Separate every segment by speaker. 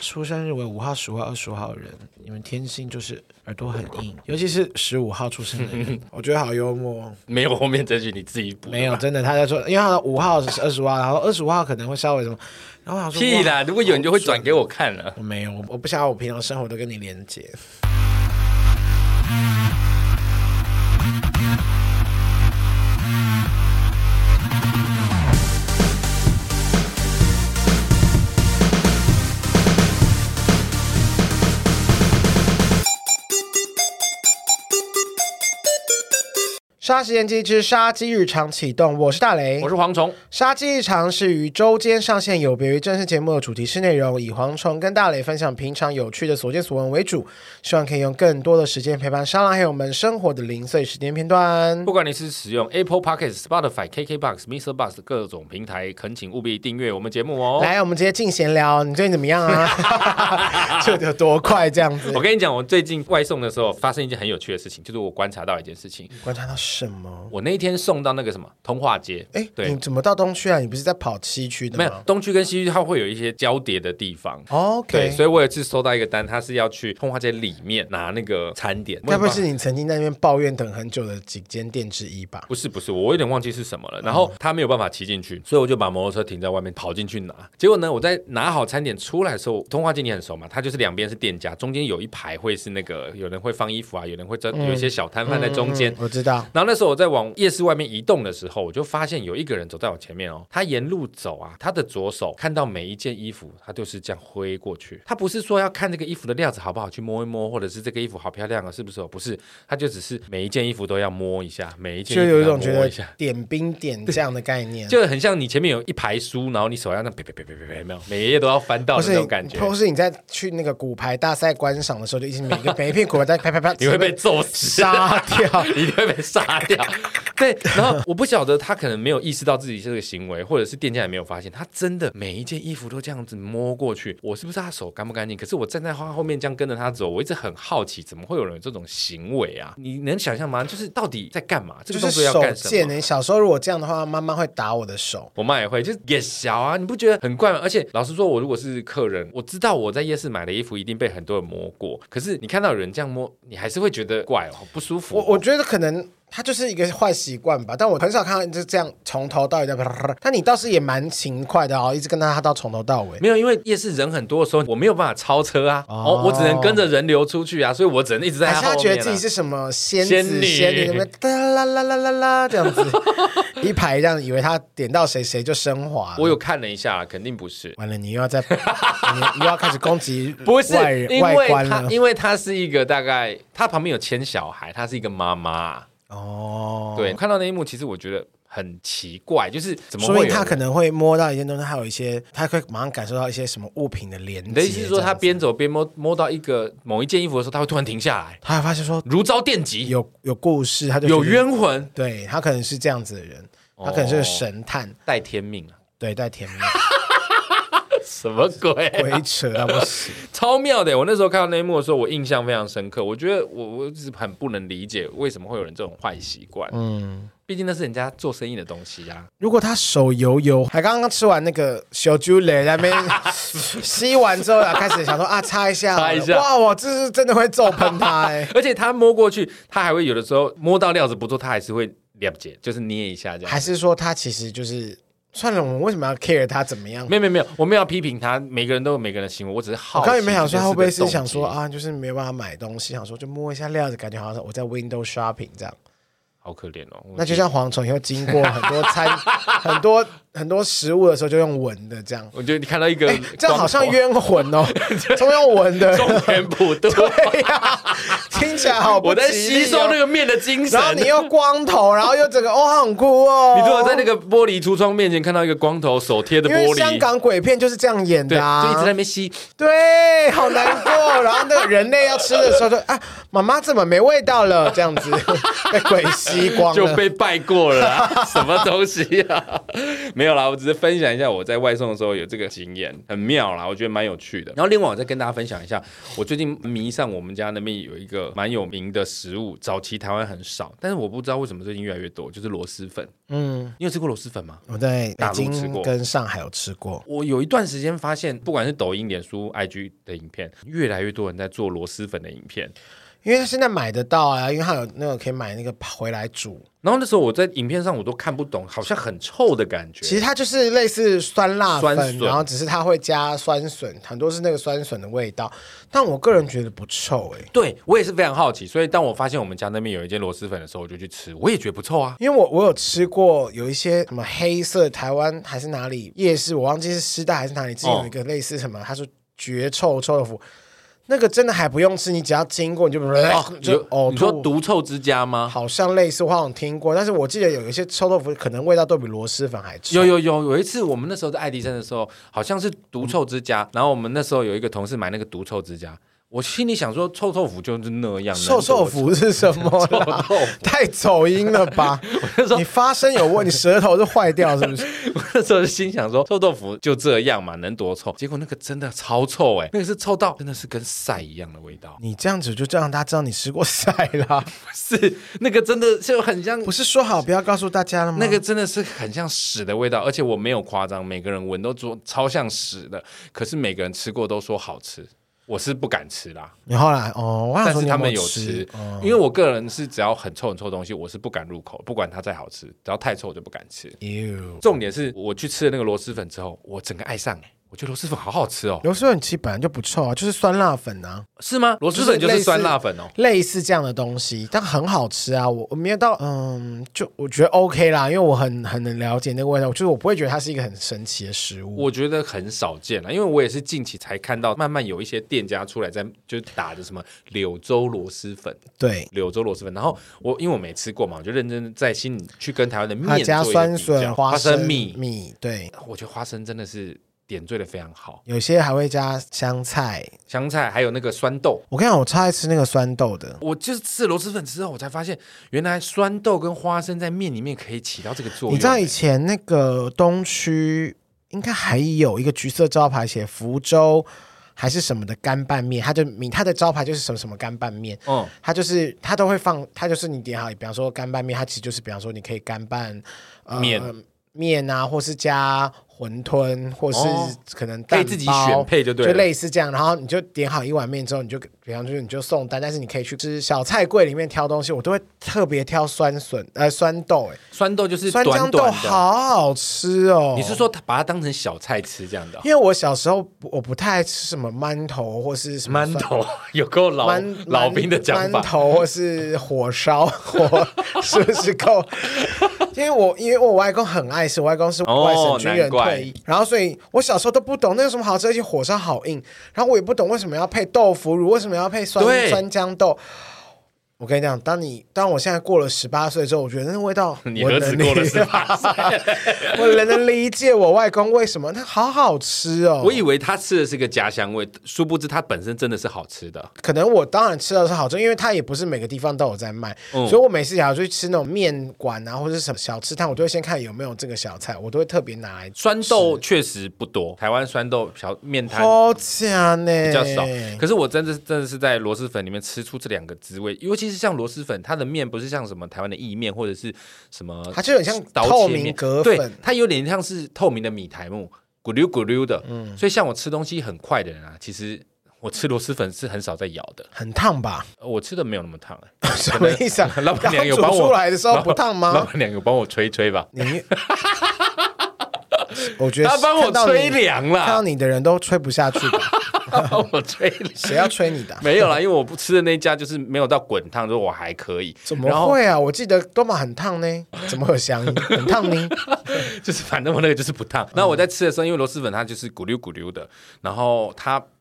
Speaker 1: 出生日为五号、十五号、二十五号的人，你们天性就是耳朵很硬，尤其是十五号出生的人， 我觉得好幽默。哦
Speaker 2: 没有后面这句你自己补的吧
Speaker 1: 没有，真的，他在说，因为他五号是二十五号，然后二十五号可能会稍微什么，然后我想说
Speaker 2: 屁
Speaker 1: 哇
Speaker 2: 啦！如果有你就会转给我看了。
Speaker 1: 我没有，我我不想要我平常生活都跟你连接。杀时间机之杀鸡日常启动，我是大雷，
Speaker 2: 我是蝗虫，
Speaker 1: 杀鸡日常是于周间上线，有别于正式节目的主题式内容，以蝗虫跟大磊分享平常有趣的所见所闻为主，希望可以用更多的时间陪伴沙拉还有我们生活的零碎时间片 段
Speaker 2: 不。管你是使用 Apple Podcast、Spotify、KKBox、Mr. Bus 各种平台，恳请务必订阅我们节目哦。
Speaker 1: 来，我们直接进闲聊，你最近怎么样 啊？就有多快这样子
Speaker 2: 我？跟你讲，我最近外送的时候发生一件很有趣的事情，就是我观察到一件事情。
Speaker 1: 观察到什么？
Speaker 2: 我那一天送到那个什么通化街，
Speaker 1: 哎，你
Speaker 2: 对，
Speaker 1: 怎么到东区啊？你不是在跑西区的
Speaker 2: 没有
Speaker 1: 吗哦
Speaker 2: 东区跟西区它会有一些交叠的地方。对，
Speaker 1: ？OK，
Speaker 2: 所以我有一次收到一个单，他是要去通化街里面拿那个餐点，
Speaker 1: 该不会是你曾经在那边抱怨等很久的几间店之一吧？
Speaker 2: 不是不是，我有点忘记是什么了。然后他没有办法骑进去，所以我就把摩托车停在外面，跑进去拿。结果呢，我在拿好餐点出来的时候，通化街你很熟嘛，它就是两边是店家，中间有一排会是那个有人会放衣服啊，有人会真有一些小摊贩在中间。
Speaker 1: 嗯我知道。
Speaker 2: 然后那时候我在往夜市外面移动的时候，我就发现有一个人走在我前面哦，他沿路走啊，他的左手看到每一件衣服，他就是这样挥过去。他不是说要看这个衣服的料子好不好去摸一摸，或者是这个衣服好漂亮啊，是不是哦？不是，他就只是每一件衣服都要摸一下，每一件
Speaker 1: 就有一
Speaker 2: 衣服都
Speaker 1: 种
Speaker 2: 要
Speaker 1: 觉
Speaker 2: 摸
Speaker 1: 得
Speaker 2: 一 下。
Speaker 1: 点兵点将的概 念，
Speaker 2: 就很像你前面有一排书，然后你手要那样啪啪啪啪啪啪，有没有？每一页都要翻到
Speaker 1: 或
Speaker 2: 的
Speaker 1: 是
Speaker 2: 那
Speaker 1: 你
Speaker 2: 种感觉，
Speaker 1: 或是你在去那个骨牌大赛观赏的时候，就一直每个每一片骨牌在啪啪啪，
Speaker 2: 你会被揍死。
Speaker 1: 杀 掉。
Speaker 2: 一定会被杀掉。 对，然后我不晓得他可能没有意识到自己这个行为，或者是店家也没有发现，他真的每一件衣服都这样子摸过去。我是不是他手干不干净？可是我站在他后面这样跟着他走，我一直很好奇，怎么会有人有这种行为啊？你能想象吗？就是到底在干嘛？这
Speaker 1: 就
Speaker 2: 个动
Speaker 1: 是
Speaker 2: 作要
Speaker 1: 手
Speaker 2: 干什
Speaker 1: 贱欸
Speaker 2: 么？
Speaker 1: 你小时候如果这样的话，妈妈会打我的手。
Speaker 2: 我妈也会，就是也小啊，你不觉得很怪吗？而且老实说，我如果是客人，我知道我在夜市买的衣服一定被很多人摸过，可是你看到有人这样摸，你还是会觉得怪哦，好不舒服哦、
Speaker 1: 我我觉得可能他就是一个坏习惯吧，但我很少看到就这样从头到尾在啪啪啪啪。 但你倒是也蛮勤快的哦，一直跟他他到从头到尾。
Speaker 2: 没有，因为夜市人很多的时候，我没有办法超车啊，哦，我只能跟着人流出去啊，所以我只能一直在
Speaker 1: 还
Speaker 2: 他
Speaker 1: 是
Speaker 2: 后
Speaker 1: 他
Speaker 2: 面、啊。
Speaker 1: 觉得自己是什么仙
Speaker 2: 仙
Speaker 1: 子
Speaker 2: 女
Speaker 1: 仙女，那 边哒啦啦啦啦啦这样子，一排这样，以为他点到谁谁就升华了。
Speaker 2: 啊我有看了一下，肯定不是。
Speaker 1: 完了，你又要再，你又要开始攻击
Speaker 2: 不是
Speaker 1: 外人
Speaker 2: 因
Speaker 1: 外
Speaker 2: 为
Speaker 1: 观
Speaker 2: 他
Speaker 1: 了，
Speaker 2: 因为他是一个大概，他旁边有牵小孩，他是一个妈妈。
Speaker 1: 哦，
Speaker 2: 对，，看到那一幕，其实我觉得很奇怪，就是怎么
Speaker 1: 说
Speaker 2: 会
Speaker 1: 明
Speaker 2: 有
Speaker 1: 他可能会摸到一件东西，还有一些，他会马上感受到一些什么物品的连接。
Speaker 2: 你的意思是说，
Speaker 1: 这
Speaker 2: 他
Speaker 1: 样子
Speaker 2: 边走边摸摸到一个某一件衣服的时候，他会突然停下来，
Speaker 1: 他还发现说
Speaker 2: 如遭电击，
Speaker 1: 有有故事，他就
Speaker 2: 嗯有
Speaker 1: 觉得，
Speaker 2: 冤哦魂，
Speaker 1: 对他可能是这样子的人，他可能是个神探，
Speaker 2: 带天命啊，
Speaker 1: 对，在甜蜜
Speaker 2: 什么鬼、
Speaker 1: 鬼 扯到不行。
Speaker 2: 超妙的！我那时候看到那一幕的时候，我印象非常深刻。我觉得我我一直很不能理解为什么会有人这种坏习惯。嗯，毕竟那是人家做生意的东西啊。
Speaker 1: 如果他手油油，还刚刚吃完那个小猪蕾，在那 边吸完之后啊，开始想说啊，擦一下好了，
Speaker 2: 擦一下
Speaker 1: 哇，我这是真的会揍喷他 哎、
Speaker 2: 而且他摸过去，他还会有的时候摸到料子不错，他还是会了解，就是捏一下这样。
Speaker 1: 还是说他其实就是算了，我们为什么要 care 他怎么样？
Speaker 2: 没有没有没有，我们要批评他，每个人都有每个人的行为，我只是好
Speaker 1: 我
Speaker 2: 奇。
Speaker 1: 刚原本想说，他会不会是想说
Speaker 2: 啊？
Speaker 1: 啊，就是没有办法买东西，想说就摸一下料子，感觉好像我在 window shopping 这样。
Speaker 2: 好可怜哦，
Speaker 1: 那就像蝗虫以后经过很多餐、 很多很多食物的时候，就用闻的这样。
Speaker 2: 我觉得你看到一个
Speaker 1: 哎
Speaker 2: 光头，
Speaker 1: 这样好像冤魂哦，都用闻的。
Speaker 2: 中 原普渡，
Speaker 1: 对呀，听起来好不
Speaker 2: 我在
Speaker 1: 吉利
Speaker 2: 吸
Speaker 1: 哦
Speaker 2: 收那个面的精神。
Speaker 1: 然后你又光头，然后又整个哦，好酷哦。
Speaker 2: 你如果在那个玻璃橱窗面前看到一个光头手贴的
Speaker 1: 因为
Speaker 2: 玻璃，
Speaker 1: 香港鬼片就是这样演
Speaker 2: 对，
Speaker 1: 的啊，
Speaker 2: 就一直在那边吸。
Speaker 1: 对，好难哎 过。然后那个人类要吃的时候就，啊，妈妈怎么没味道了？这样子被鬼吸吸光
Speaker 2: 就
Speaker 1: 了。
Speaker 2: 被拜过了 啦，什么东西啊？ 没有啦，我只是分享一下我在外送的时候有这个经验，很妙啦，我觉得蛮有趣的。然后另外我再跟大家分享一下，我最近迷上我们家那边有一个蛮有名的食物，早期台湾很少，但是我不知道为什么最近越来越多，就是螺蛳粉。
Speaker 1: 嗯，
Speaker 2: 你有吃过螺蛳粉吗？
Speaker 1: 我在北
Speaker 2: 大陆吃
Speaker 1: 京
Speaker 2: 过
Speaker 1: 跟上海有吃过，
Speaker 2: 我有一段时间发现，不管是抖音、脸书、IG 的影片，越来越多人在做螺蛳粉的影片。
Speaker 1: 因为它现在买得到啊，因为它有那个可以买那个回来煮。
Speaker 2: 然后那时候我在影片上我都看不懂，好像很臭的感觉。
Speaker 1: 其实它就是类似酸辣粉，
Speaker 2: 酸笋
Speaker 1: 然后只是它会加酸笋，很多是那个酸笋的味道。但我个人觉得不臭哎、
Speaker 2: 对我也是非常好奇，所以当我发现我们家那边有一间螺蛳粉的时候，我就去吃，我也觉得不错啊。
Speaker 1: 因为我我有吃过有一些什么黑色台湾还是哪里夜市，我忘记是师大还是哪里，之前有一个类似什么，他说绝臭臭豆腐，那个真的还不用吃，你只要经过你就、
Speaker 2: 哦，
Speaker 1: 就
Speaker 2: 有
Speaker 1: 呕
Speaker 2: 你说
Speaker 1: 吐。
Speaker 2: 毒臭之家吗？
Speaker 1: 好像类似，我好像听过，但是我记得有一些臭豆腐可能味道都比螺蛳粉还臭。
Speaker 2: 有有有，有一次我们那时候在爱迪生的时候，好像是毒臭之家，然后我们那时候有一个同事买那个毒臭之家，我心里想说臭豆腐就是那样，
Speaker 1: 臭臭腐是什么啦？
Speaker 2: 能 多臭豆腐。
Speaker 1: 太走音了 吧！你发声有问，你舌头是坏掉是不是？
Speaker 2: 我那时候就心想说臭豆腐就这样嘛，能多臭？结果那个真的超臭哎、那个是臭到真的是跟晒一样的味道，
Speaker 1: 你这样子就让大家知道你吃过晒啦，
Speaker 2: 是那个真的就很像
Speaker 1: 不是说好不要告诉大家了吗？
Speaker 2: 那个真的是很像屎的味道，而且我没有夸张，每个人闻都说超像屎的，可是每个人吃过都说好吃，我是不敢吃啦。
Speaker 1: 你后来哦，我想
Speaker 2: 但
Speaker 1: 说
Speaker 2: 是
Speaker 1: 你
Speaker 2: 他
Speaker 1: 有
Speaker 2: 们
Speaker 1: 没
Speaker 2: 有
Speaker 1: 有
Speaker 2: 吃
Speaker 1: 吃，，哦
Speaker 2: 因为我个人是只要很臭很臭的东西，我是不敢入口，不管它再好吃，只要太臭我就不敢吃。
Speaker 1: 哟，
Speaker 2: 重点是我去吃了那个螺蛳粉之后，我整个爱上、欸，我觉得螺蛳粉好好吃哦，
Speaker 1: 有时候你吃本来就不臭啊，就是酸辣粉啊，
Speaker 2: 是吗？螺蛳粉
Speaker 1: 就
Speaker 2: 就
Speaker 1: 是类似嗯
Speaker 2: 是酸辣粉哦。
Speaker 1: 类似这样的东西，但很好吃啊。我我没有到，嗯，就我觉得 OK 啦，因为我很很能了解那个味道，就是我不会觉得它是一个很神奇的食物。
Speaker 2: 我觉得很少见了，因为我也是近期才看到，慢慢有一些店家出来在就打着什么柳州螺蛳粉，
Speaker 1: 对，
Speaker 2: 柳州螺蛳粉，然后我因为我没吃过嘛，我就认真在心里去跟台湾的面
Speaker 1: 它加
Speaker 2: 做一个
Speaker 1: 酸
Speaker 2: 比较
Speaker 1: 笋、
Speaker 2: 花
Speaker 1: 生
Speaker 2: 米，
Speaker 1: 米，对，
Speaker 2: 我觉得花生真的是点缀的非常好，
Speaker 1: 有些还会加香菜。
Speaker 2: 香菜还有那个酸豆。
Speaker 1: 我跟你讲，我超爱吃那个酸豆的。
Speaker 2: 我就是吃了螺蛳粉之后，我才发现原来酸豆跟花生在面里面可以起到这个作用。欸
Speaker 1: 你知道以前那个东区应该还有一个橘色招牌写福州还是什么的干拌面，它就名它的招牌就是什么什么干拌面。
Speaker 2: 嗯，
Speaker 1: 它就是它都会放，它就是你点好，比方说干拌面，它其实就是比方说你可以干拌、呃
Speaker 2: 面
Speaker 1: 面啊，或是加馄饨，或是
Speaker 2: 哦
Speaker 1: 可能
Speaker 2: 可以
Speaker 1: 蛋
Speaker 2: 自己
Speaker 1: 包
Speaker 2: 选配就对
Speaker 1: 就
Speaker 2: 了。
Speaker 1: 类似这样，然后你就点好一碗面之后，你就比方说你就送单，但是你可以去吃小菜柜里面挑东西，我都会特别挑酸笋呃酸豆、欸，
Speaker 2: 酸豆就是
Speaker 1: 酸
Speaker 2: 短
Speaker 1: 豇豆
Speaker 2: 短的，
Speaker 1: 好好吃哦。
Speaker 2: 你是？说它把它当成小菜吃这样的哦？
Speaker 1: 因为我小时候不我不太爱吃什么馒头或是什么
Speaker 2: 馒
Speaker 1: 酸
Speaker 2: 头有够老
Speaker 1: 馒
Speaker 2: 老兵的讲
Speaker 1: 馒
Speaker 2: 法，
Speaker 1: 头或是火烧火 是不是够？因为我因为我外公很爱吃，我外公是外省军人
Speaker 2: 哦难怪
Speaker 1: 退役，然后所以我小时候都不懂那有什么好吃，而且火烧好硬，然后我也不懂为什么要配豆腐乳，为什么要配酸
Speaker 2: 对
Speaker 1: 酸豇豆。我跟你讲，当你当我现在过了十八岁之后，我觉得那味道
Speaker 2: 你
Speaker 1: 我
Speaker 2: 儿子
Speaker 1: 能
Speaker 2: 过 了
Speaker 1: 理
Speaker 2: 18
Speaker 1: 我能能理解我外公为什么，那好好吃哦。
Speaker 2: 我以为他吃的是个家乡味，殊不知它本身真的是好吃的。
Speaker 1: 可能我当然吃到是好吃，因为它也不是每个地方都有在卖，
Speaker 2: 嗯
Speaker 1: 所以我每次想要去吃那种面馆啊，或者是什么小吃摊，我都会先看有没有这个小菜，我都会特别拿来吃。
Speaker 2: 酸豆确实不多，台湾酸豆小面摊
Speaker 1: 好假呢，
Speaker 2: 比较少。
Speaker 1: 哎
Speaker 2: 可是我真的真的是在螺蛳粉里面吃出这两个滋味，尤其是像螺蛳粉，它的面不是像什么台湾的意面或者是什么
Speaker 1: 它就很像
Speaker 2: 刀
Speaker 1: 透
Speaker 2: 切
Speaker 1: 明
Speaker 2: 面
Speaker 1: 葛
Speaker 2: 对
Speaker 1: 粉，，
Speaker 2: 它有点像是透明的米苔木，咕溜咕溜的。
Speaker 1: 嗯
Speaker 2: 所以像我吃东西很快的人啊，其实我吃螺蛳粉是很少在咬的，
Speaker 1: 很烫 吧？
Speaker 2: 呃我吃的没有那 么烫、欸
Speaker 1: 什么意思啊？
Speaker 2: 老板娘有
Speaker 1: 刚
Speaker 2: 帮
Speaker 1: 煮
Speaker 2: 我
Speaker 1: 出来的时候不烫
Speaker 2: 老
Speaker 1: 吗？
Speaker 2: 板娘有帮我吹一吹吧，
Speaker 1: 你，我觉得
Speaker 2: 他帮我
Speaker 1: 看到
Speaker 2: 吹啊
Speaker 1: 你，
Speaker 2: 凉
Speaker 1: 看到
Speaker 2: 啦，
Speaker 1: 你的人都吹不下去吧，
Speaker 2: 他帮我吹凉。
Speaker 1: 谁要吹你的啊、
Speaker 2: 没有啦，因为我不吃的那一家就是没有到滚烫，就是我还可以。
Speaker 1: 怎
Speaker 2: 然
Speaker 1: 么
Speaker 2: 后
Speaker 1: 会啊？我记得多玛很烫呢，怎么有香音？很烫呢？
Speaker 2: 就是反正我那个就是不烫。那我在吃的时候，因为螺蛳粉它就是咕溜咕溜的，然后它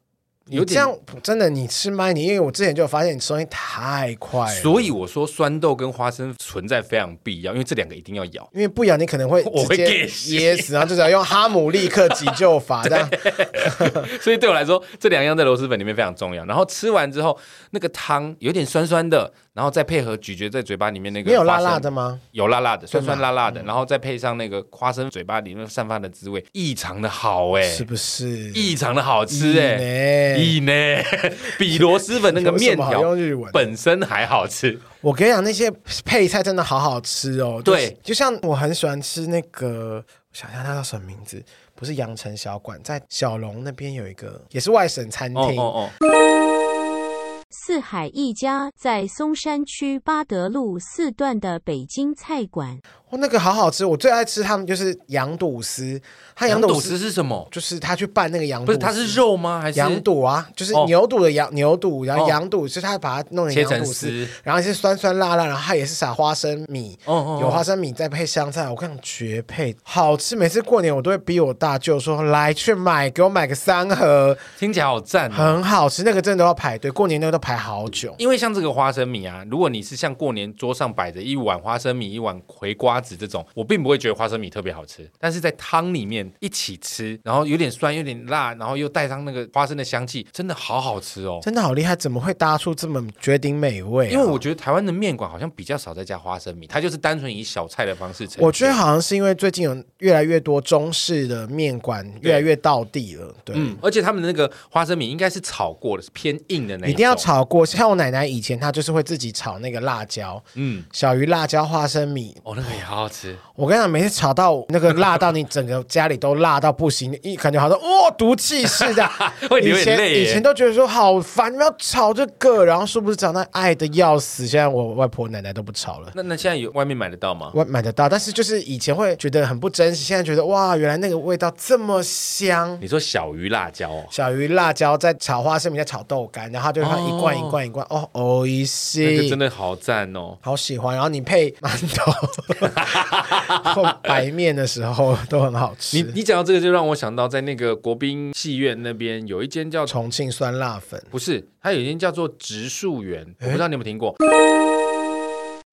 Speaker 2: 有
Speaker 1: 你这
Speaker 2: 点
Speaker 1: 样真的你吃麦你，因为我之前就有发现你吃东西太快了，
Speaker 2: 所以我说酸豆跟花生存在非常必要，因为这两个一定要咬。
Speaker 1: 因为不咬你可能会
Speaker 2: 我
Speaker 1: 直
Speaker 2: 会
Speaker 1: 接
Speaker 2: get 死
Speaker 1: 噎死，然后就只要用哈姆立克急救 法这样。
Speaker 2: 所以对我来说，这两样在螺蛳粉里面非常重要。然后吃完之后，那个汤有点酸酸的，然后再配合咀嚼在嘴巴里面那个
Speaker 1: 你有辣
Speaker 2: 花生
Speaker 1: 辣的嗯吗？
Speaker 2: 有辣辣的，酸酸辣辣的，然后再配上那个花生嘴巴里面散发的滋味，异常的好哎、
Speaker 1: 是不是？
Speaker 2: 异常的好吃哎、
Speaker 1: 欸
Speaker 2: 异呢， 比螺蛳粉那个面
Speaker 1: 有什么好
Speaker 2: 条
Speaker 1: 用日文
Speaker 2: 本身还好吃。
Speaker 1: 我跟你讲，那些配菜真的好好吃哦。就是
Speaker 2: 对
Speaker 1: 就像我很喜欢吃那个，我想一下它叫什么名字？不是阳城小馆，在小龙那边有一个，也是外省餐厅。
Speaker 2: 哦哦哦，
Speaker 3: 四海一家在松山区八德路四段的北京菜馆。
Speaker 1: 哦，那个好好吃，我最爱吃他们就是羊肚丝，它
Speaker 2: 羊
Speaker 1: 羊
Speaker 2: 肚
Speaker 1: 肚
Speaker 2: 丝
Speaker 1: 丝
Speaker 2: 是什么？
Speaker 1: 就是他去拌那个羊肚
Speaker 2: 不
Speaker 1: 丝，
Speaker 2: 是，它是肉吗？还是
Speaker 1: 羊肚啊，就是
Speaker 2: 哦
Speaker 1: 牛肚的羊、牛肚，然后
Speaker 2: 哦
Speaker 1: 羊肚是他把它弄成
Speaker 2: 切
Speaker 1: 羊
Speaker 2: 成
Speaker 1: 肚丝
Speaker 2: 丝，
Speaker 1: 然后是酸酸辣辣，然后它也是撒花生米，
Speaker 2: 哦哦哦
Speaker 1: 有花生米再配香菜，我看绝配，好吃。每次过年我都会逼我大舅说来去买，给我买个三盒，
Speaker 2: 听起来好赞、哦。
Speaker 1: 很好吃，那个真的都要排队，过年那个都排好久。
Speaker 2: 因为像这个花生米啊，如果你是像过年桌上摆着一碗花生米、一碗葵瓜子这种，我并不会觉得花生米特别好吃。但是在汤里面一起吃，然后有点酸、有点辣，然后又带上那个花生的香气，真的好好吃哦。
Speaker 1: 真的好厉害，怎么会搭出这么绝顶美味、啊？
Speaker 2: 因为我觉得台湾的面馆好像比较少在加花生米，它就是单纯以小菜的方式呈现。
Speaker 1: 我觉得好像是因为最近有越来越多中式的面馆越来越到地了，对，
Speaker 2: 嗯，而且他们的那个花生米应该是炒过的，是偏硬的那
Speaker 1: 一定要
Speaker 2: 种。
Speaker 1: 炒过。像我奶奶以前她就是会自己炒那个辣椒，
Speaker 2: 嗯，
Speaker 1: 小鱼辣椒花生米。
Speaker 2: 哦，那个也好好吃。。
Speaker 1: 我跟你讲，每次炒到那个辣到你整个家里都辣到不行，一感觉好像哦毒气似的
Speaker 2: 会流
Speaker 1: 以
Speaker 2: 眼
Speaker 1: 前
Speaker 2: 泪耶
Speaker 1: 以前都觉得说好烦，你们要炒这个，然后殊不知长大爱的要死。现在我外婆奶奶都不炒了。
Speaker 2: 那那现在有外面买得到吗？
Speaker 1: 我买得到，但是就是以前会觉得很不珍惜，现在觉得哇，原来那个味道这么香。
Speaker 2: 你说小鱼辣椒哦，
Speaker 1: 小鱼辣椒在炒花生米，在炒豆干，然后它就会
Speaker 2: 哦
Speaker 1: 一罐一罐一罐，哦，哦一
Speaker 2: 那个
Speaker 1: 西
Speaker 2: 真，的好赞哦。
Speaker 1: 好喜欢。然后你配馒头 或白面的时候都很好
Speaker 2: 你
Speaker 1: 吃。
Speaker 2: 你讲到这个，就让我想到在那个国宾戏院那边有一间叫
Speaker 1: 重庆酸辣粉，
Speaker 2: 不是，它有一间叫做植树园，我不知道你有没有听过。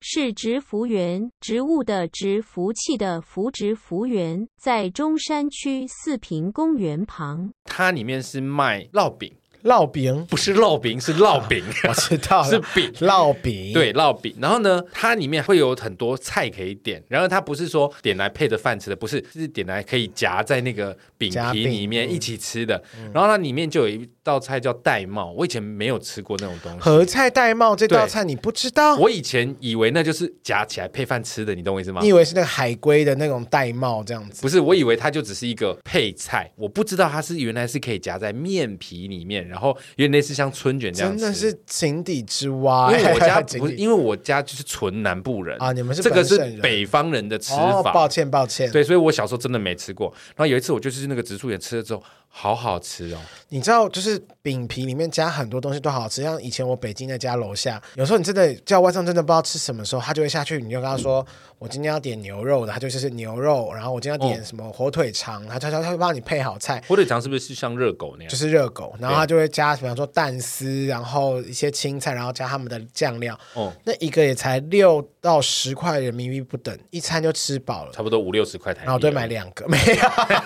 Speaker 3: 是植福园，植物的植，福气的福，植福园在中山区四平公园旁。
Speaker 2: 它里面是卖烙饼，
Speaker 1: 烙饼，
Speaker 2: 不是肉饼，是烙饼，
Speaker 1: 我知道了
Speaker 2: 是饼。
Speaker 1: 烙饼，，
Speaker 2: 对烙饼，然后呢，它里面会有很多菜可以点，然后它不是说点来配着饭吃的，不是，是点来可以夹在那个饼
Speaker 1: 夹
Speaker 2: 皮
Speaker 1: 饼嗯
Speaker 2: 里面一起吃的。然后它里面就有一道菜叫玳瑁，我以前没有吃过那种东西。
Speaker 1: 合菜戴帽这道
Speaker 2: 对
Speaker 1: 菜你不知道？
Speaker 2: 我以前以为那就是夹起来配饭吃的，你懂我意思吗？
Speaker 1: 你以为是那个海龟的那种戴帽这样子？
Speaker 2: 不是，我以为它就只是一个配菜，我不知道它是原来是可以夹在面皮里面，然后有点类似像春卷这样
Speaker 1: 真
Speaker 2: 吃。
Speaker 1: 的是哎井底之蛙，
Speaker 2: 因为我家
Speaker 1: 井
Speaker 2: 不是，
Speaker 1: 底
Speaker 2: 因为我家就是纯南部人
Speaker 1: 啊你们是
Speaker 2: 这个是
Speaker 1: 本省人
Speaker 2: 北方人的吃
Speaker 1: 哦，
Speaker 2: 法。
Speaker 1: 抱歉抱歉，
Speaker 2: 对，所以我小时候真的没吃过。然后有一次我就是那个植树园吃了之后，好好吃哦。
Speaker 1: 你知道，就是饼皮里面加很多东西都好吃。像以前我北京的家楼下，有时候你真的叫外送，真的不知道吃什么时候，他就会下去，你就跟他说：“我今天要点牛肉的。”他就是牛肉，然后我今天要点什么火腿肠，他他他他会帮你配好菜。
Speaker 2: 火腿肠是不是像热狗那样
Speaker 1: 就？是热狗，然后他就会加，比方说蛋丝，然后一些青菜，然后加他们的酱料。
Speaker 2: 哦，
Speaker 1: 那一个也才六到十块人民币不等，一餐就吃饱了。
Speaker 2: 差不多五六十块台币。
Speaker 1: 然后我哦都会买。两个，没 有。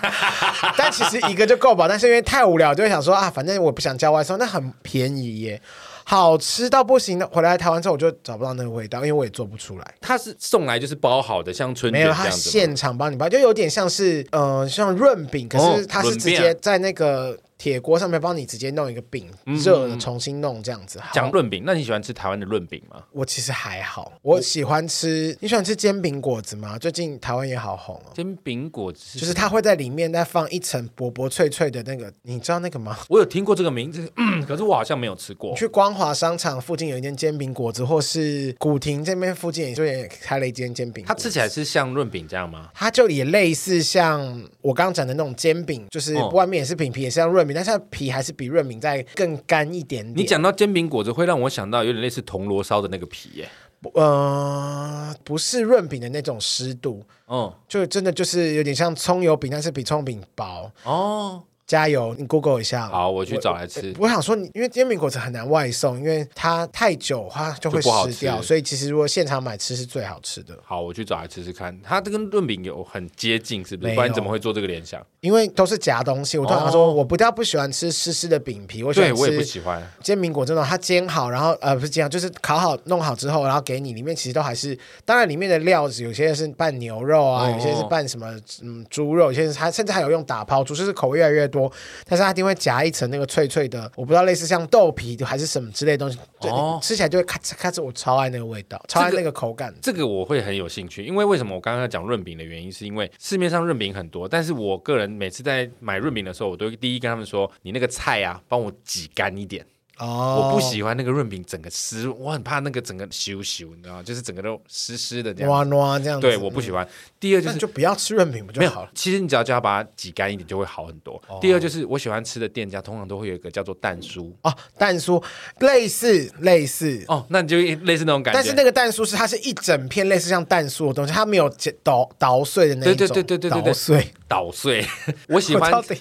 Speaker 1: 但其实一个就够饱，但是因为太无聊，就会想说啊，反正我不想叫外送，那很便宜耶，好吃到不行的。回来台湾之后，我就找不到那个味道，因为我也做不出来。
Speaker 2: 它是送来就是包好的，像春
Speaker 1: 没
Speaker 2: 卷这
Speaker 1: 有，
Speaker 2: 样
Speaker 1: 它
Speaker 2: 子吗。
Speaker 1: 现场帮你包，就有点像是嗯、呃像润饼，可
Speaker 2: 哦
Speaker 1: 是它是直
Speaker 2: 润
Speaker 1: 接
Speaker 2: 饼
Speaker 1: 在那个铁锅上面帮你直接弄一个饼，热的重新弄这样子。好
Speaker 2: 讲润饼，那你喜欢吃台湾的润饼吗？
Speaker 1: 我其实还好，我喜欢吃。你喜欢吃煎饼果子吗？最近台湾也好红哦。
Speaker 2: 煎饼果子
Speaker 1: 就是它会在里面再放一层薄薄脆脆的那个，你知道那个吗？
Speaker 2: 我有听过这个名字，嗯可是我好像没有吃过
Speaker 1: 你。去光华商场附近有一间煎饼果子，或是古亭这边附近也就也开了一间煎饼果
Speaker 2: 它
Speaker 1: 子。
Speaker 2: 吃起来是像润饼这样吗？
Speaker 1: 它就也类似像我刚刚讲的那种煎饼，就是
Speaker 2: 哦
Speaker 1: 外面也是饼皮，也是像润饼，但是它皮还是比润饼再更干一点点。
Speaker 2: 你讲到煎饼果子，会让我想到有点类似铜锣烧的那个皮耶。
Speaker 1: 呃，不是润饼的那种湿度，
Speaker 2: 哦
Speaker 1: 就真的就是有点像葱油饼，但是比葱油饼薄。
Speaker 2: 哦，
Speaker 1: 加油，你 Google 一下。
Speaker 2: 好，我去找来
Speaker 1: 我
Speaker 2: 吃。
Speaker 1: 我想说你，因为煎饼果子很难外送，因为它太久它就会
Speaker 2: 就不好
Speaker 1: 湿掉，
Speaker 2: 吃
Speaker 1: 所以其实如果现场买吃是最好吃的，
Speaker 2: 好，我去找来吃吃看。它这跟润饼有很接近，是不
Speaker 1: 没
Speaker 2: 是？
Speaker 1: 有
Speaker 2: 不然你怎么会做这个联想？
Speaker 1: 因为都是夹东西。我通常
Speaker 2: 哦
Speaker 1: 说，我不但不喜欢吃湿湿的饼皮，我喜
Speaker 2: 对
Speaker 1: 欢
Speaker 2: 我也不
Speaker 1: 吃
Speaker 2: 喜欢。
Speaker 1: 煎饼果子那种，它煎好，然后呃不是煎好，就是烤好弄好之后，然后给你，里面其实都还是，当然里面的料子有些是拌牛肉啊，
Speaker 2: 哦
Speaker 1: 有些是拌什么嗯猪肉，有些是它甚至还有用打抛猪，就是口味越来越多，但是它一定会夹一层那个脆脆的，我不知道类似像豆皮还是什么之类的东西，对，
Speaker 2: 哦
Speaker 1: 吃起来就会咔哧咔哧，我超爱那个味道，超爱那个口感。
Speaker 2: 这个我会很有兴趣，因为为什么我刚刚讲润饼的原因，是因为市面上润饼很多，但是我个人每次在买润饼的时候，我都会第一跟他们说，你那个菜啊，帮我挤干一点，
Speaker 1: 哦
Speaker 2: 我不。喜欢那个润饼整个湿，我很怕那个整个咻咻，你知道吗？就是整个都湿湿的这样。
Speaker 1: 哇哦哇这样子，嗯
Speaker 2: 对，我不喜欢。第二就
Speaker 1: 那
Speaker 2: 是
Speaker 1: 你就不要吃润饼不
Speaker 2: 没
Speaker 1: 就好
Speaker 2: 有
Speaker 1: 了？，哦
Speaker 2: 其实你只要叫它把它挤干一点就会好很多。第二就是我喜欢吃的店家通常都会有一个叫做蛋酥
Speaker 1: 哦，蛋酥类似类似，
Speaker 2: 哦，那你就类似那种感觉。
Speaker 1: 但是那个蛋酥是它是一整片类似像蛋酥的东西，它没有剪捣捣碎的那一种，
Speaker 2: 对对对对对对
Speaker 1: 捣碎。
Speaker 2: 捣碎， 我喜
Speaker 1: 我
Speaker 2: 欢
Speaker 1: 到。 底，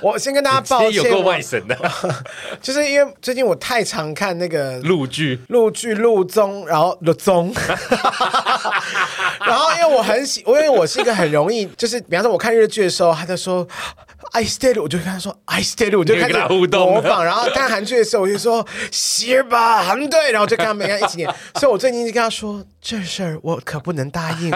Speaker 1: 我先跟大家抱
Speaker 2: 其实有
Speaker 1: 歉，
Speaker 2: 够
Speaker 1: 我
Speaker 2: 外省的
Speaker 1: 就是因为最近我太常看那个
Speaker 2: 陆剧，
Speaker 1: 陆剧《陆宗》，然后《陆宗》，然后因为我很喜，因为我是一个很容易，就是比方说我看日剧的时候，他就说。I stay，我就跟他说 I stay，我就
Speaker 2: 你也
Speaker 1: 开
Speaker 2: 跟
Speaker 1: 始
Speaker 2: 他互动
Speaker 1: 模仿。然后看韩剧的时候，我就说是吧，韩队，然后就跟他们一起念。所以我最近就跟他说这事儿我可不能答应，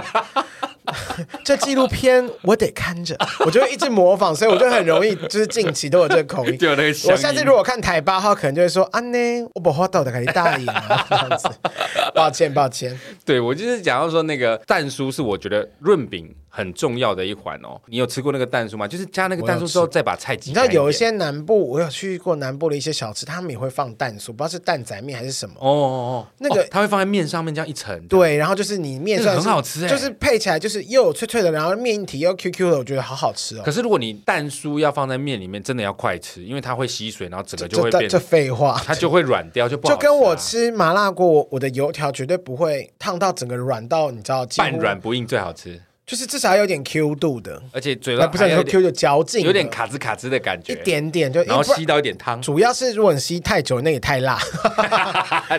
Speaker 1: 这纪录片我得看着，我就会一直模仿，所以我就很容易就是近期都有这个口音，
Speaker 2: 就有那个乡音
Speaker 1: 我下次如果看台八号，可能就会说啊呢，我把话到的给你大意了，这样子。 抱歉，抱歉，
Speaker 2: 对我就是讲到说那个蛋酥是我觉得润饼很重要的一环哦。你有吃过那个蛋酥吗？就是加那个蛋酥之后再把菜挤
Speaker 1: 你知道
Speaker 2: 干点。
Speaker 1: 有一些南部，我有去过南部的一些小吃，他们也会放蛋酥，不知道是蛋仔面还是什么。
Speaker 2: 哦哦哦，
Speaker 1: 那个
Speaker 2: 哦它会放在面上面这样一层。
Speaker 1: 对，然后就是你面
Speaker 2: 那个
Speaker 1: 算
Speaker 2: 很
Speaker 1: 是
Speaker 2: 好吃欸
Speaker 1: 就是配起来就是又有脆脆的，然后面体又 Q Q 的，我觉得好好吃哦
Speaker 2: 可。是如果你蛋酥要放在面里面，真的要快吃，因为它会吸水，然后整个就会
Speaker 1: 这
Speaker 2: 变，
Speaker 1: 这废话，
Speaker 2: 它就会软掉，就不好、
Speaker 1: 就
Speaker 2: 啊。
Speaker 1: 跟我吃麻辣锅，我我的油条绝对不会烫到整个软到你知道几乎
Speaker 2: 半软，不硬最好吃，
Speaker 1: 就是至少有点 Q 度的，
Speaker 2: 而且嘴
Speaker 1: 那
Speaker 2: 巴
Speaker 1: 啊不是
Speaker 2: 啊还
Speaker 1: 你
Speaker 2: 有
Speaker 1: 说
Speaker 2: 一
Speaker 1: Q
Speaker 2: 点
Speaker 1: 就嚼劲的，
Speaker 2: 有点卡兹卡兹的感觉，
Speaker 1: 一点点就，
Speaker 2: 然
Speaker 1: 哎
Speaker 2: 后
Speaker 1: 因为不
Speaker 2: 吸到一点 汤，
Speaker 1: 主要是如果你吸太久，那也太 辣。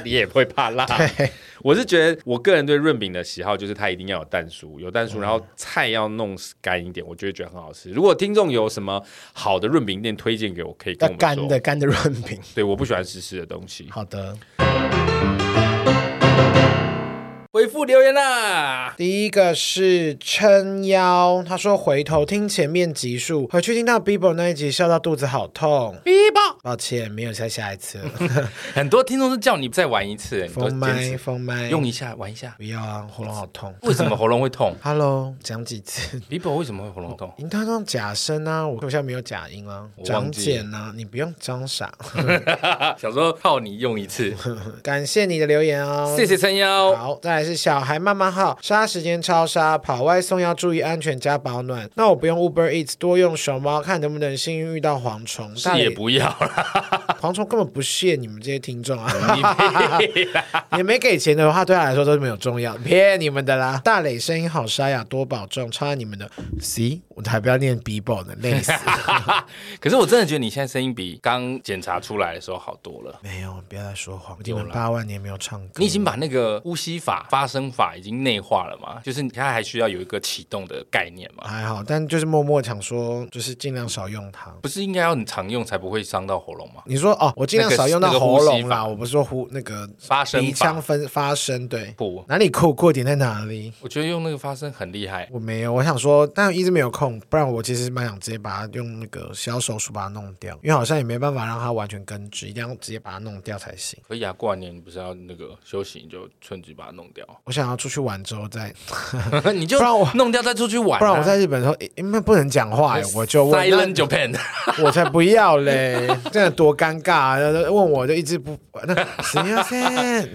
Speaker 2: 你也不会怕辣。我是觉得我个人对润饼的喜好就是它一定要有蛋酥，有
Speaker 1: 嗯
Speaker 2: 蛋酥，然后菜要弄干一点，我就会觉得很好吃。如果听众有什么好的润饼店推荐给我，可以
Speaker 1: 要
Speaker 2: 跟我们
Speaker 1: 干
Speaker 2: 说。
Speaker 1: 的干的润饼。
Speaker 2: 对，我不喜欢湿湿的东西。
Speaker 1: 好的，
Speaker 2: 回复留言啦，
Speaker 1: 第一个是撑腰，他说回头听前面集数，回去听到 Bibo 那一集，笑到肚子好痛。
Speaker 2: 逼爆！
Speaker 1: 抱歉，没有再下一 次了。
Speaker 2: 很多听众是叫你再玩一次，欸你都
Speaker 1: 封
Speaker 2: 坚
Speaker 1: 麦，
Speaker 2: 持
Speaker 1: 封麦，
Speaker 2: 用一下玩一下。
Speaker 1: 不要啊，喉咙好痛。
Speaker 2: 为什么喉咙会痛
Speaker 1: Hello，讲几次？
Speaker 2: ？Bibo 为什么会喉咙 痛？
Speaker 1: 你当中假声啊，我好像没有假音啊，
Speaker 2: 我
Speaker 1: 长
Speaker 2: 忘记
Speaker 1: 茧啊，你不用装傻。
Speaker 2: 想说靠你用一次，
Speaker 1: 感谢你的留言哦，
Speaker 2: 谢谢撑腰。
Speaker 1: 好，再来是小孩慢慢号，杀时间超杀，跑外送要注意安全加保暖。那我不用 Uber Eats，多用熊猫，看能不能幸运遇到蝗虫。
Speaker 2: 是
Speaker 1: 但
Speaker 2: 也不要啦，
Speaker 1: 蝗虫根本不屑你们这些听众啊。
Speaker 2: 你别啦
Speaker 1: 你没给钱的话，对他来说都没有重要，骗你们的啦。大磊声音好沙哑，多保重，超爱你们的。C，我还不要念 B b o 呢，累 死。
Speaker 2: 可是我真的觉得你现在声音比刚检查出来的时候好多了。
Speaker 1: 没有，不要再说谎，你们八万年没有唱歌，
Speaker 2: 你已经把那个呼吸法、发声法已经内化了嘛？就是你现在还需要有一个启动的概念嘛？
Speaker 1: 还好，但就是默默想说，就是尽量少用它。
Speaker 2: 不是应该要很常用才不会伤到喉咙吗？
Speaker 1: 你说哦，我尽量
Speaker 2: 那个
Speaker 1: 少用到
Speaker 2: 那个
Speaker 1: 喉
Speaker 2: 呼吸
Speaker 1: 咙啦，
Speaker 2: 法
Speaker 1: 我不是说呼那个
Speaker 2: 发声
Speaker 1: 鼻
Speaker 2: 法
Speaker 1: 腔分发声，对，
Speaker 2: 不，
Speaker 1: 哪里酷酷点在哪里？
Speaker 2: 我觉得用那个发声很厉害。
Speaker 1: 我没有，我想说，但一直没有空，不然我其实蛮想直接把它用那个小手术把它弄掉，因为好像也没办法让它完全根治，一定要直接把它弄掉才行。
Speaker 2: 可以啊，过完年你不是要那个休息，你就趁机把它弄 掉，
Speaker 1: 我想要出去玩之后再，
Speaker 2: 啊你就
Speaker 1: 不然我
Speaker 2: 弄掉再出去玩啊、
Speaker 1: 不然我在日本的时候，诶因为不能讲话、诶我就问，
Speaker 2: Silent Japan。
Speaker 1: 那我才不要嘞， 真的多尴尬、啊！问我就一直不，那 谁要先？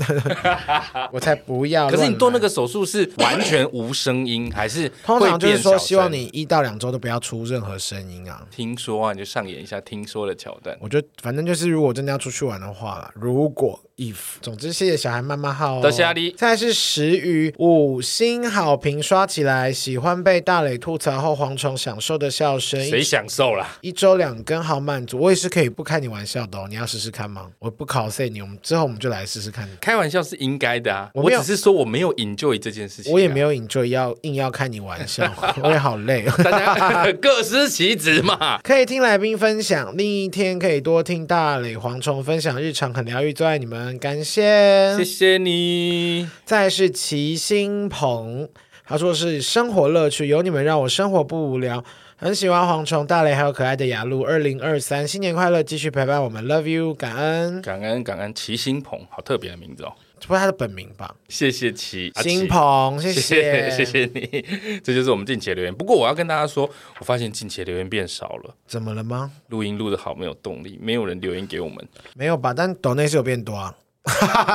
Speaker 1: 我才不要。
Speaker 2: 可是你做
Speaker 1: 个。
Speaker 2: 那个手术是完全无声音，还是
Speaker 1: 通常就是
Speaker 2: 会变小
Speaker 1: 说，
Speaker 2: 声
Speaker 1: 希望你一到两周都不要出任何声音啊。
Speaker 2: 听说啊，你就上演一下听说的桥段。
Speaker 1: 我觉得反正就是，如果真的要出去玩的话啦，如果
Speaker 2: if
Speaker 1: 总之，谢谢小韩妈妈号、哦。
Speaker 2: 多谢阿里
Speaker 1: 再来是石鱼，五星好评刷起来，喜欢被大磊吐槽后蝗虫享受的笑声。
Speaker 2: 谁享受啦？
Speaker 1: 一周两更好满足，我也是可以不开你玩笑的哦。你要试试看吗？我不考 C 你，我们之后我们就来试试看。
Speaker 2: 开玩笑是应该的啊，
Speaker 1: 我
Speaker 2: 我
Speaker 1: 没有
Speaker 2: 只是说我没有 enjoy 这件事情、啊
Speaker 1: 我也没
Speaker 2: 有，
Speaker 1: 有 enjoy，要硬要开你玩 笑，我也好累哦。
Speaker 2: 大家 各司其职 嘛。
Speaker 1: 可以听来宾分享，另一天可以多听大磊、蝗虫分享日常，很疗愈，最爱你们，感谢。
Speaker 2: 谢谢你，
Speaker 1: 再来是齐新鹏，他说是生活乐趣，有你们让我生活不无聊。很喜欢蝗虫、大雷还有可爱的雅露。二零二三新年快乐，继续陪伴我们，Love you，感恩。
Speaker 2: 感恩感恩，齐星鹏，好特别的名字哦。
Speaker 1: 这不是他的本名吧？
Speaker 2: 谢谢齐阿
Speaker 1: 新
Speaker 2: 齐
Speaker 1: 鹏，谢
Speaker 2: 谢
Speaker 1: 谢
Speaker 2: 谢谢。谢你，这就是我们近期的留言。不过我要跟大家说，我发现近期的留言变少了，
Speaker 1: 怎么了吗？
Speaker 2: 录音录的好没有动力，没有人留言给我们。
Speaker 1: 没有吧？但抖内是有变多啊。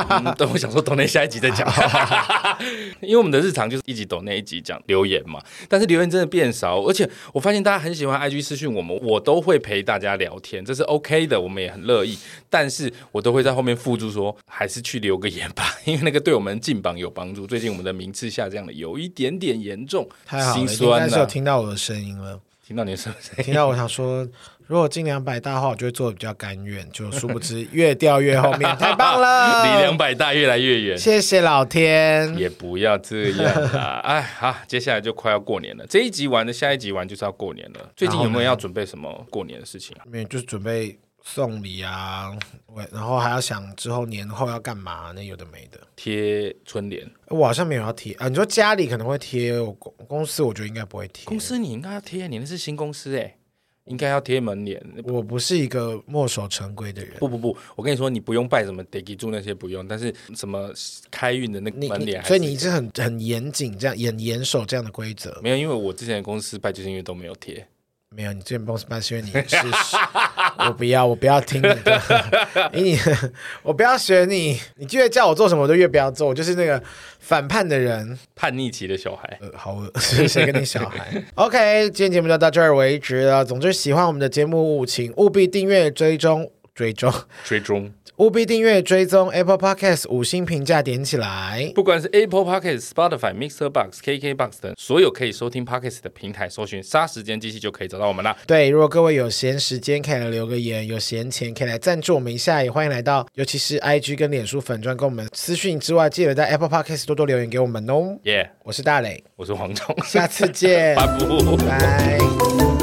Speaker 2: 嗯等我想说抖内下一集再讲， 因为我们的日常就是一集抖内一集讲留言嘛，但是留言真的变少，而且我发现大家很喜欢 IG 私讯我们，我都会陪大家聊天，这是 OK 的，我们也很乐意，但是我都会在后面附注说，还是去留个言吧，因为那个对我们进榜有帮助。最近我们的名次下降的有一点点严重，
Speaker 1: 太好了，
Speaker 2: 心
Speaker 1: 应该
Speaker 2: 酸啊
Speaker 1: 是有
Speaker 2: 了。
Speaker 1: 听到我的声音了，
Speaker 2: 听到你的声音，
Speaker 1: 听到我想说，如果进两百大的话，我就会做的比较甘愿，就殊不知越掉越后面，太棒 了，
Speaker 2: 离两百大越来越远。
Speaker 1: 谢谢老天。
Speaker 2: 也不要这样 啦！哎，好，接下来就快要过年了。这一集完了，下一集完就是要过年了。最近有没有要准备什么过年的事情啊？
Speaker 1: 没有，就是准备送礼啊，喂，然后还要想之后年后要干嘛，那有的没的。
Speaker 2: 贴春联，
Speaker 1: 我好像没有要贴啊，你说家里可能会贴，我公公司我觉得应该不会贴。
Speaker 2: 公司你应该要贴，你那是新公司哎、应该要贴门帘。
Speaker 1: 我不是一个墨守成规的人，
Speaker 2: 不不不，我跟你说，你不用拜什么 d e g 那些不用，但是什么开运的那
Speaker 1: 你
Speaker 2: 个门
Speaker 1: 你
Speaker 2: 帘还是，
Speaker 1: 所以你一直很很严谨，这样严严守这样的规则。
Speaker 2: 没有，因为我之前的公司拜就是因为都没有贴。
Speaker 1: 没有，你这边公司办是因为你是，我不要，我不要听你的， 因为你我不要学你，你越叫我做什么，我就越不要做，我就是那个反叛的人。
Speaker 2: 叛逆期的小孩，
Speaker 1: 呃，好恶，谁跟你小孩 ？OK，今天节目就到这儿为止了。总之，喜欢我们的节目，请务必订阅、追踪、追踪，
Speaker 2: 追踪，
Speaker 1: 务必订阅、追踪 Apple Podcast 五星评价点起来。
Speaker 2: 不管是 Apple Podcast、Spotify、Mixer Box、KK Box 等所有可以收听 Podcast 的平台，搜寻“杀时间机器”就可以找到我们啦。
Speaker 1: 对，如果各位有闲时间，可以来留个言；有闲钱，可以来赞助我们一下。也欢迎来到，尤其是 IG 跟脸书粉专跟我们私讯之外，记得在 Apple Podcast 多多留言给我们哦。
Speaker 2: 耶、
Speaker 1: 我是大磊，
Speaker 2: 我是黄总，
Speaker 1: 下次见，
Speaker 2: 发布。
Speaker 1: 拜。